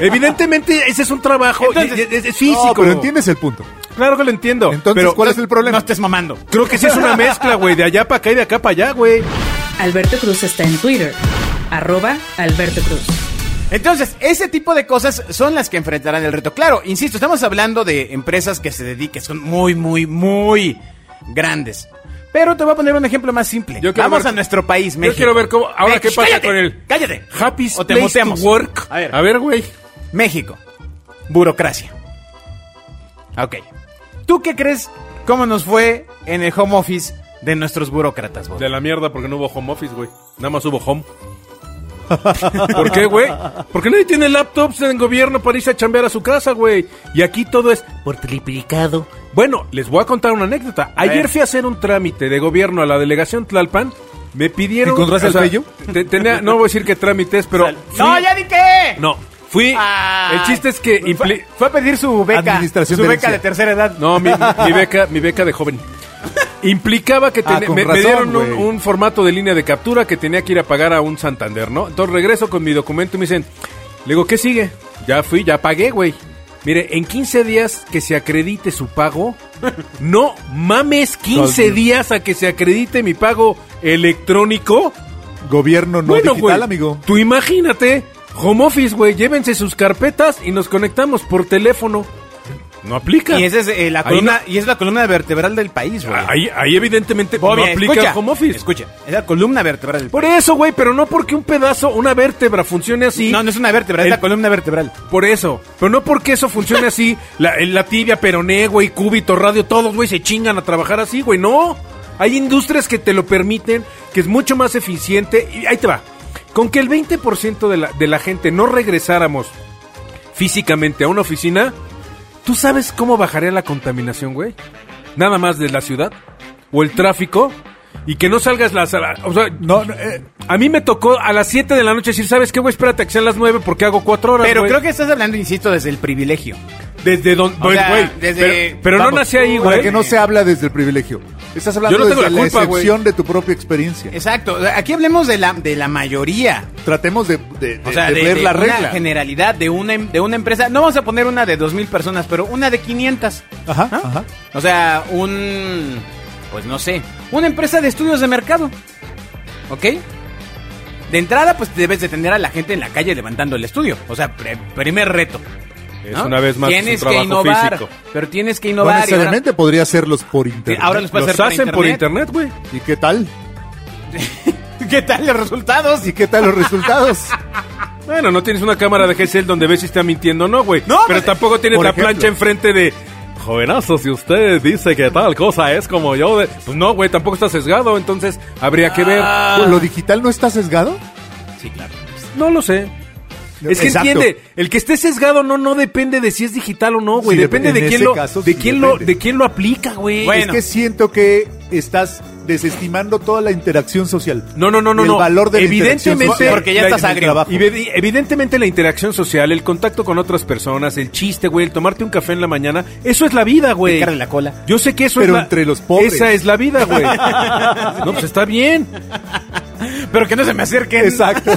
Speaker 5: Evidentemente, ese es un trabajo.
Speaker 2: Entonces-
Speaker 5: y- y- es, es
Speaker 4: No,
Speaker 5: físico.
Speaker 4: pero entiendes el punto.
Speaker 5: Claro que lo entiendo.
Speaker 4: Entonces,
Speaker 5: pero
Speaker 4: ¿cuál es el problema?
Speaker 2: No estés mamando.
Speaker 5: creo que sí es una mezcla, güey. De allá para acá y de acá para allá, güey.
Speaker 1: Alberto Cruz está en Twitter, arroba Alberto Cruz.
Speaker 2: Entonces, ese tipo de cosas son las que enfrentarán el reto. Claro, insisto, estamos hablando de empresas que se dediquen, son muy, muy, muy grandes. Pero te voy a poner un ejemplo más simple.
Speaker 5: Yo quiero
Speaker 2: Vamos a
Speaker 5: ver-
Speaker 2: nuestro país,
Speaker 5: yo
Speaker 2: México.
Speaker 5: quiero ver cómo- ahora, ¿qué
Speaker 2: Sh,
Speaker 5: pasa
Speaker 2: cállate,
Speaker 5: con el-
Speaker 2: Cállate.
Speaker 5: Happy
Speaker 2: O te
Speaker 5: place
Speaker 2: muteamos.
Speaker 5: to work.
Speaker 2: A ver.
Speaker 5: güey.
Speaker 2: México. Burocracia. Ok. ¿Tú qué crees cómo nos fue en el home office de nuestros burócratas, Bob?
Speaker 5: De la mierda porque no hubo home office, güey. Nada más hubo home. [laughs] ¿Por qué, güey? Porque nadie tiene laptops en el gobierno para irse a chambear a su casa, güey. Y aquí todo es
Speaker 3: Por triplicado.
Speaker 5: Bueno, les voy a contar una anécdota. Ayer
Speaker 2: ver.
Speaker 5: fui a hacer un trámite de gobierno a la delegación Tlalpan. Me pidieron.
Speaker 4: ¿Encontraste el pello?
Speaker 5: te- tenía- no voy a decir qué trámites, pero.
Speaker 2: ¡No,
Speaker 5: fui-
Speaker 2: ya di qué!
Speaker 5: No, fui.
Speaker 2: Ah.
Speaker 5: el chiste es que. impli-
Speaker 2: Fue, fue a pedir su beca.
Speaker 4: Administración
Speaker 2: su
Speaker 4: de
Speaker 2: beca
Speaker 4: herencia.
Speaker 2: de tercera edad.
Speaker 5: No, mi, mi beca, mi beca de joven. Implicaba que
Speaker 4: Ah,
Speaker 5: ten-
Speaker 4: con
Speaker 5: me, me
Speaker 4: razón,
Speaker 5: dieron un,
Speaker 4: güey.
Speaker 5: un formato de línea de captura que tenía que ir a pagar a un Santander, ¿no? Entonces regreso con mi documento y me dicen, le digo, ¿qué sigue? Ya fui, ya pagué, güey. Mire, en 15 días que se acredite su pago. No mames, 15
Speaker 4: Dios mío.
Speaker 5: días a que se acredite mi pago electrónico.
Speaker 4: Gobierno no
Speaker 5: bueno,
Speaker 4: digital,
Speaker 5: güey.
Speaker 4: amigo.
Speaker 5: Tú imagínate, home office, güey, llévense sus carpetas y nos conectamos por teléfono. No aplica.
Speaker 2: Y esa es eh, la
Speaker 5: Ahí
Speaker 2: columna, y es la columna vertebral del país, güey.
Speaker 5: Ahí, ahí evidentemente
Speaker 2: Bobby,
Speaker 5: no aplica
Speaker 2: escucha,
Speaker 5: el home office.
Speaker 2: Escucha, es la columna vertebral del
Speaker 5: Por eso, güey, pero no porque un pedazo, una vértebra funcione así.
Speaker 2: No, no es una vértebra,
Speaker 5: El-
Speaker 2: es la columna vertebral.
Speaker 5: Por eso. Pero no porque eso funcione
Speaker 4: [laughs]
Speaker 5: así. La, en la tibia, peroné, güey, cúbito, radio, todos, güey, se chingan a trabajar así, güey. No. Hay industrias que te lo permiten, que es mucho más eficiente. Y ahí te va. Con que el 20% de la, de la gente no regresáramos físicamente a una oficina, ¿tú sabes cómo bajaría la contaminación, güey? Nada más de la ciudad. O el tráfico. Y que no salgas las... a la- O sea,
Speaker 4: No, no, eh,
Speaker 5: a mí me tocó a las 7 de la noche decir, ¿sabes qué, güey? Espérate a que sean las 9 porque hago 4 horas.
Speaker 2: Pero
Speaker 5: güey".
Speaker 2: creo que estás hablando, insisto, desde el privilegio.
Speaker 5: Desde donde.
Speaker 2: O sea,
Speaker 5: güey.
Speaker 2: desde-
Speaker 5: Pero, pero no
Speaker 4: vamos,
Speaker 5: nací ahí,
Speaker 4: Para
Speaker 5: güey.
Speaker 4: que no se habla desde el privilegio. Estás hablando
Speaker 5: Yo no tengo
Speaker 4: desde
Speaker 5: la
Speaker 4: la,
Speaker 5: culpa, güey.
Speaker 4: excepción de tu propia experiencia.
Speaker 2: Exacto. Aquí hablemos de la, de la mayoría.
Speaker 4: Tratemos de, de-
Speaker 2: O
Speaker 4: de-
Speaker 2: sea,
Speaker 4: de
Speaker 2: de,
Speaker 4: leer
Speaker 2: de
Speaker 4: la
Speaker 2: una
Speaker 4: regla.
Speaker 2: generalidad de una, em- de una empresa. No vamos a poner una de 2.000 personas, pero una de 500.
Speaker 4: Ajá,
Speaker 2: ¿Ah?
Speaker 4: ajá.
Speaker 2: O sea, un... Pues no sé. Una empresa de estudios de mercado. ¿Ok? De entrada, pues debes de tener a la gente en la calle levantando el estudio. O sea, pre- primer reto.
Speaker 5: Es
Speaker 2: ¿no?
Speaker 5: una vez más.
Speaker 2: Tienes
Speaker 5: es un
Speaker 2: que
Speaker 5: trabajo
Speaker 2: innovar.
Speaker 5: físico.
Speaker 2: Pero tienes que
Speaker 4: No
Speaker 2: innovar. y ahora-
Speaker 4: necesariamente podría hacerlos por internet.
Speaker 2: ahora los puedes
Speaker 5: Los
Speaker 2: hacer
Speaker 5: hacen por internet, güey.
Speaker 4: ¿Y qué tal?
Speaker 2: [laughs] ¿Qué tal los resultados?
Speaker 4: ¿Y qué tal
Speaker 2: [laughs]
Speaker 4: los resultados?
Speaker 5: Bueno, no tienes una cámara de GSL donde ves si está mintiendo o no, güey.
Speaker 2: No,
Speaker 5: pero
Speaker 2: pues,
Speaker 5: tampoco tienes
Speaker 4: por
Speaker 5: la
Speaker 4: ejemplo.
Speaker 5: plancha enfrente de. Jovenazo, si usted dice que tal cosa es como yo. de-". Pues no, güey, tampoco está sesgado, entonces habría que ver.
Speaker 2: Ah.
Speaker 4: ¿Lo digital no está sesgado?
Speaker 2: Sí, claro.
Speaker 5: No lo sé. Es que
Speaker 4: Exacto.
Speaker 5: entiende, el que esté sesgado no no depende de si es digital o no, güey,
Speaker 4: Sí,
Speaker 5: depende
Speaker 4: en
Speaker 5: de quién
Speaker 4: ese
Speaker 5: lo
Speaker 4: caso,
Speaker 5: de
Speaker 4: sí,
Speaker 5: quién lo
Speaker 4: depende.
Speaker 5: de quién lo aplica, güey.
Speaker 2: Bueno.
Speaker 4: Es que siento que estás desestimando toda la interacción social.
Speaker 5: No, no, no, no,
Speaker 4: El
Speaker 5: no.
Speaker 4: valor de
Speaker 5: Evidentemente,
Speaker 2: porque ya estás agrio.
Speaker 5: Y ve- evidentemente la interacción social, el contacto con otras personas, el chiste, güey, el tomarte un café en la mañana, eso es la vida, güey.
Speaker 2: Picarle la cola.
Speaker 5: Yo sé que eso
Speaker 4: Pero
Speaker 5: es la-
Speaker 4: entre los pobres.
Speaker 5: Esa es la
Speaker 4: [laughs]
Speaker 5: vida, güey. no, pues está bien.
Speaker 2: Pero que no se me acerquen. [laughs]
Speaker 4: Exacto.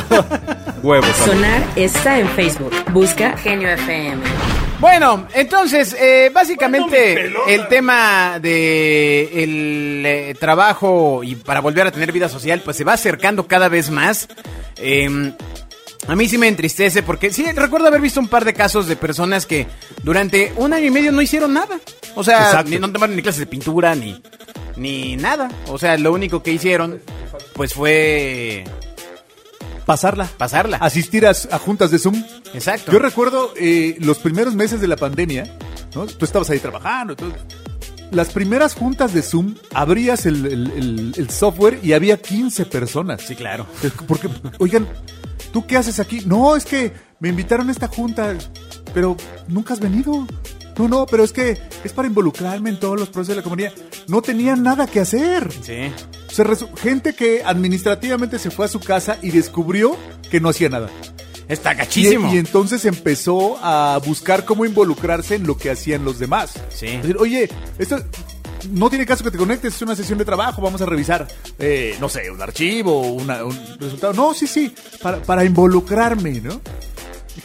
Speaker 5: Huevos. amigo.
Speaker 1: Sonar está en Facebook. Busca Genio FM.
Speaker 2: Bueno, entonces, eh, básicamente el tema de el eh, trabajo y para volver a tener vida social, pues se va acercando cada vez más. Eh, a mí sí me entristece porque sí recuerdo haber visto un par de casos de personas que durante un año y medio no hicieron nada. O sea,
Speaker 4: Exacto.
Speaker 2: ni, no tomaron ni clases de pintura ni ni nada. O sea, lo único que hicieron pues fue
Speaker 4: Pasarla.
Speaker 2: pasarla.
Speaker 4: Asistir a, a juntas de Zoom.
Speaker 2: Exacto.
Speaker 4: Yo recuerdo eh, los primeros meses de la pandemia, ¿no? Tú estabas ahí trabajando. tú- Las primeras juntas de Zoom, abrías el, el- el- el software y había 15 personas.
Speaker 2: sí, claro.
Speaker 4: Es que, Porque, oigan, ¿tú qué haces aquí? No, es que me invitaron a esta junta, pero nunca has venido. No, no, pero es que es para involucrarme en todos los procesos de la comunidad. No tenía nada que hacer.
Speaker 2: Sí.
Speaker 4: O sea, resu- gente que administrativamente se fue a su casa y descubrió que no hacía nada.
Speaker 2: Está
Speaker 4: Y,
Speaker 2: gachísimo.
Speaker 4: y entonces empezó a buscar cómo involucrarse en lo que hacían los demás.
Speaker 2: Sí.
Speaker 4: Es decir, oye, esto no tiene caso que te conectes, es una sesión de trabajo, vamos a revisar, eh, no sé, un archivo, una- un resultado. No, sí, sí, para, para involucrarme, ¿no?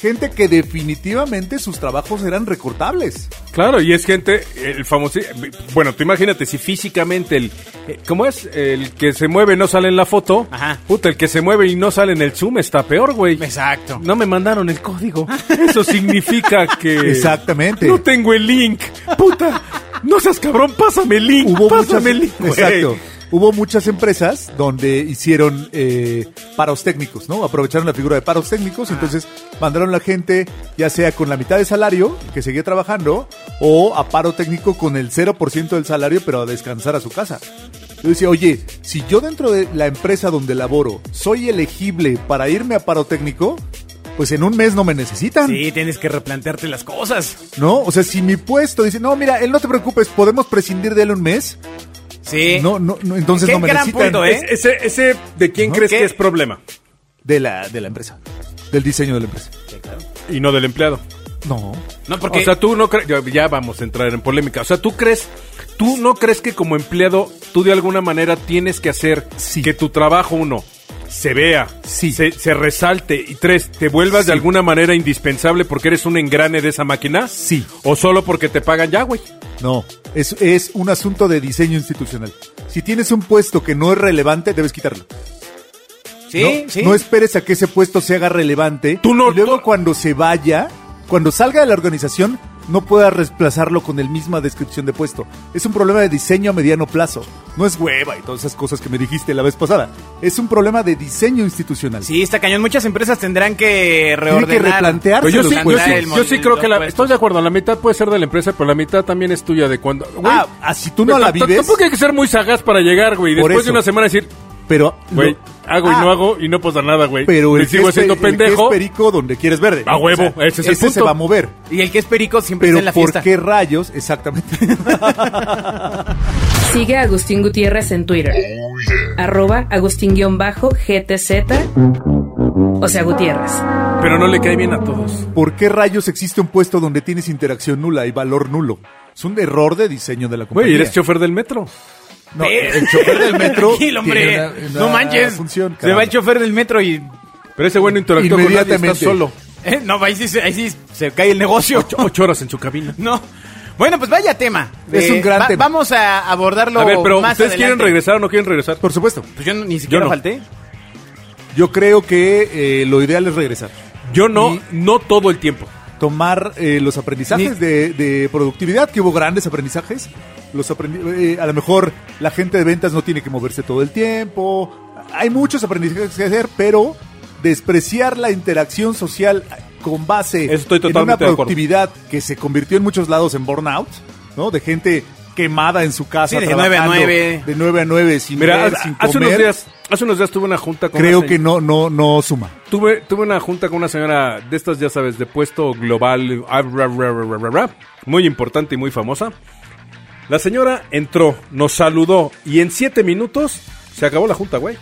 Speaker 4: Gente que definitivamente sus trabajos eran recortables.
Speaker 5: Claro, y es gente, el famoso... Bueno, tú imagínate, si físicamente el... eh, ¿Cómo es? El que se mueve no sale en la foto.
Speaker 2: Ajá.
Speaker 5: Puta, el que se mueve y no sale en el Zoom está peor, güey.
Speaker 2: Exacto.
Speaker 5: No me mandaron el código. Eso significa que...
Speaker 4: Exactamente.
Speaker 5: No tengo el link. Puta. No seas cabrón, pásame el link.
Speaker 4: hubo muchas,
Speaker 5: pásame el link. güey.
Speaker 4: exacto. Hubo muchas empresas donde hicieron eh, paros técnicos, ¿no? Aprovecharon la figura de paros técnicos, entonces mandaron a la gente, ya sea con la mitad de salario, que seguía trabajando, o a paro técnico con el 0% del salario, pero a descansar a su casa. Yo decía, oye, si yo dentro de la empresa donde laboro soy elegible para irme a paro técnico, pues en un mes no me necesitan.
Speaker 2: Sí, tienes que replantearte las cosas.
Speaker 4: ¿No? O sea, si mi puesto dice, no, mira, él no te preocupes, podemos prescindir de él un mes,
Speaker 2: Sí.
Speaker 4: no, no, no, entonces
Speaker 2: Qué
Speaker 4: no me
Speaker 2: gran
Speaker 4: necesitan.
Speaker 2: punto, ¿eh?
Speaker 5: Es- ese, ese, ¿de quién
Speaker 4: ¿No?
Speaker 5: crees
Speaker 2: ¿Qué?
Speaker 5: que es problema?
Speaker 4: De la, de la empresa. Del diseño de la empresa.
Speaker 5: Y no del empleado.
Speaker 4: No.
Speaker 2: No, porque.
Speaker 5: O sea, tú no crees. Ya, ya vamos a entrar en polémica. O sea, tú crees. Tú no crees que como empleado, tú de alguna manera tienes que hacer
Speaker 4: Sí.
Speaker 5: que tu trabajo, uno, se vea,
Speaker 4: Sí.
Speaker 5: se, se resalte. Y tres, te vuelvas de
Speaker 4: Sí.
Speaker 5: alguna manera indispensable porque eres un engrane de esa máquina.
Speaker 4: Sí.
Speaker 5: O solo porque te pagan ya, güey.
Speaker 4: No. Es, es un asunto de diseño institucional. Si tienes un puesto que no es relevante, debes quitarlo.
Speaker 2: sí,
Speaker 4: no,
Speaker 2: sí.
Speaker 4: No esperes a que ese puesto se haga relevante.
Speaker 5: Tú no-
Speaker 4: y luego
Speaker 5: tú-
Speaker 4: cuando se vaya, cuando salga de la organización, no puedas reemplazarlo con el misma descripción de puesto. Es un problema de diseño a mediano plazo. No es hueva y todas esas cosas que me dijiste la vez pasada. Es un problema de diseño institucional.
Speaker 2: Sí, está cañón. Muchas empresas tendrán que reordenar. pues
Speaker 4: replantearse
Speaker 5: Pero yo sí, yo
Speaker 2: Plantear
Speaker 5: sí-
Speaker 2: el
Speaker 5: yo sí
Speaker 2: modelo,
Speaker 5: creo que la,
Speaker 2: pues.
Speaker 5: estoy de acuerdo, la mitad puede ser de la empresa, pero la mitad también es tuya de cuando... güey,
Speaker 4: Ah, ah, si tú no
Speaker 5: t-
Speaker 4: la
Speaker 5: t-
Speaker 4: vives-
Speaker 5: Tampoco hay que ser muy sagaz para llegar, güey. y
Speaker 4: Por
Speaker 5: Después de
Speaker 4: eso.
Speaker 5: una semana decir,
Speaker 4: Pero,
Speaker 5: güey,
Speaker 4: lo-
Speaker 5: hago
Speaker 4: Ah,
Speaker 5: y no hago y no pasa nada, güey.
Speaker 4: Pero
Speaker 5: Me
Speaker 4: el
Speaker 5: sigo
Speaker 4: que es pe-
Speaker 5: haciendo
Speaker 4: el que es
Speaker 5: pendejo.
Speaker 4: perico donde quieres verde.
Speaker 5: A huevo,
Speaker 4: O sea,
Speaker 5: ese es el punto.
Speaker 4: se va a mover.
Speaker 2: Y el que es perico siempre
Speaker 4: Pero
Speaker 2: está en la
Speaker 4: ¿por
Speaker 2: fiesta.
Speaker 4: qué rayos? Exactamente. [laughs]
Speaker 1: Sigue a Agustín Gutiérrez en Twitter. Arroba Agustín-GTZ. O sea, Gutiérrez.
Speaker 5: Pero no le cae bien a todos.
Speaker 4: ¿Por qué rayos existe un puesto donde tienes interacción nula y valor nulo? Es un error de diseño de la compañía.
Speaker 5: Güey, eres chofer del metro.
Speaker 4: No, el
Speaker 2: [laughs]
Speaker 4: chofer
Speaker 5: [laughs]
Speaker 4: del metro.
Speaker 2: Tranquilo, hombre.
Speaker 4: tiene una- una
Speaker 2: no manches.
Speaker 4: función,
Speaker 2: Se va el
Speaker 4: caramba.
Speaker 2: chofer del metro y.
Speaker 5: Pero ese güey no interactúa con nadie, está
Speaker 4: Inmediatamente.
Speaker 5: solo.
Speaker 2: eh, no, ahí sí, se- ahí sí se cae el negocio. [laughs]
Speaker 5: Ocho, ocho horas en su cabina.
Speaker 2: No. Bueno, pues vaya tema. Eh,
Speaker 4: Es un gran tema.
Speaker 2: Vamos a abordarlo.
Speaker 5: A ver, pero
Speaker 2: más
Speaker 5: ¿ustedes quieren
Speaker 2: adelante.
Speaker 5: regresar o no quieren regresar?
Speaker 4: Por supuesto.
Speaker 2: Pues yo no- ni siquiera
Speaker 5: no.
Speaker 2: falté.
Speaker 4: Yo creo que eh, lo ideal es regresar.
Speaker 5: Yo no,
Speaker 4: Y-
Speaker 5: no todo el tiempo.
Speaker 4: tomar eh, los aprendizajes
Speaker 2: Ni-
Speaker 4: de, de productividad, que hubo grandes aprendizajes. Los aprendi- eh, a lo mejor la gente de ventas no tiene que moverse todo el tiempo. Hay muchos aprendizajes que hacer, pero despreciar la interacción social con base
Speaker 5: Eso estoy
Speaker 4: en una
Speaker 5: totalmente de acuerdo.
Speaker 4: productividad que se convirtió en muchos lados en burnout, ¿no? De gente quemada en su casa.
Speaker 2: Sí, de nueve a
Speaker 4: trabajando
Speaker 2: nueve.
Speaker 4: De 9 a 9, sin
Speaker 5: Mira,
Speaker 4: ver,
Speaker 5: ha-
Speaker 4: sin
Speaker 5: hace unos
Speaker 4: comer.
Speaker 5: días, hace unos días tuve una junta con
Speaker 4: Creo
Speaker 5: una
Speaker 4: que no, no, no suma.
Speaker 5: Tuve, tuve una junta con una señora de estas, ya sabes, de puesto global, ah, ra, ra, ra, ra, ra, ra, muy importante y muy famosa. La señora entró, nos saludó y en siete minutos se acabó la junta, güey.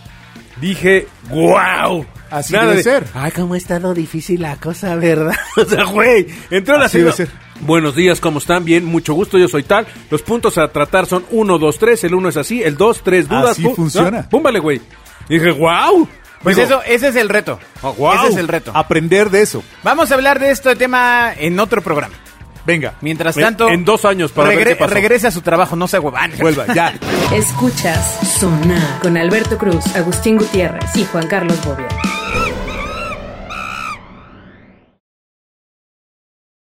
Speaker 5: Dije, wow.
Speaker 4: Así debe ser.
Speaker 5: Ah,
Speaker 3: Ay, cómo ha estado difícil la cosa, ¿verdad?
Speaker 5: [laughs] O sea, güey, entró la
Speaker 4: Así debe
Speaker 5: señora.
Speaker 4: ser.
Speaker 5: Buenos días, ¿cómo están? Bien, mucho gusto, yo soy tal. Los puntos a tratar son 1, 2, 3. El 1 es así, el 2, 3, dudas.
Speaker 4: Así
Speaker 5: pum,
Speaker 4: funciona.
Speaker 5: ¿no? Púmbale, güey. Dije, wow.
Speaker 2: Pues eso, ese es el reto.
Speaker 5: Ah, guau.
Speaker 2: Ese es el reto.
Speaker 4: Aprender de eso.
Speaker 2: Vamos a hablar de este tema en otro programa.
Speaker 4: Venga,
Speaker 2: Mientras
Speaker 5: En-
Speaker 2: tanto.
Speaker 5: en dos años para ver
Speaker 2: regre-
Speaker 5: qué pasó.
Speaker 2: Regrese a su trabajo, no se huevan.
Speaker 4: vuelva, ya.
Speaker 1: Escuchas Sonar con Alberto Cruz, Agustín Gutiérrez y Juan Carlos Bobia.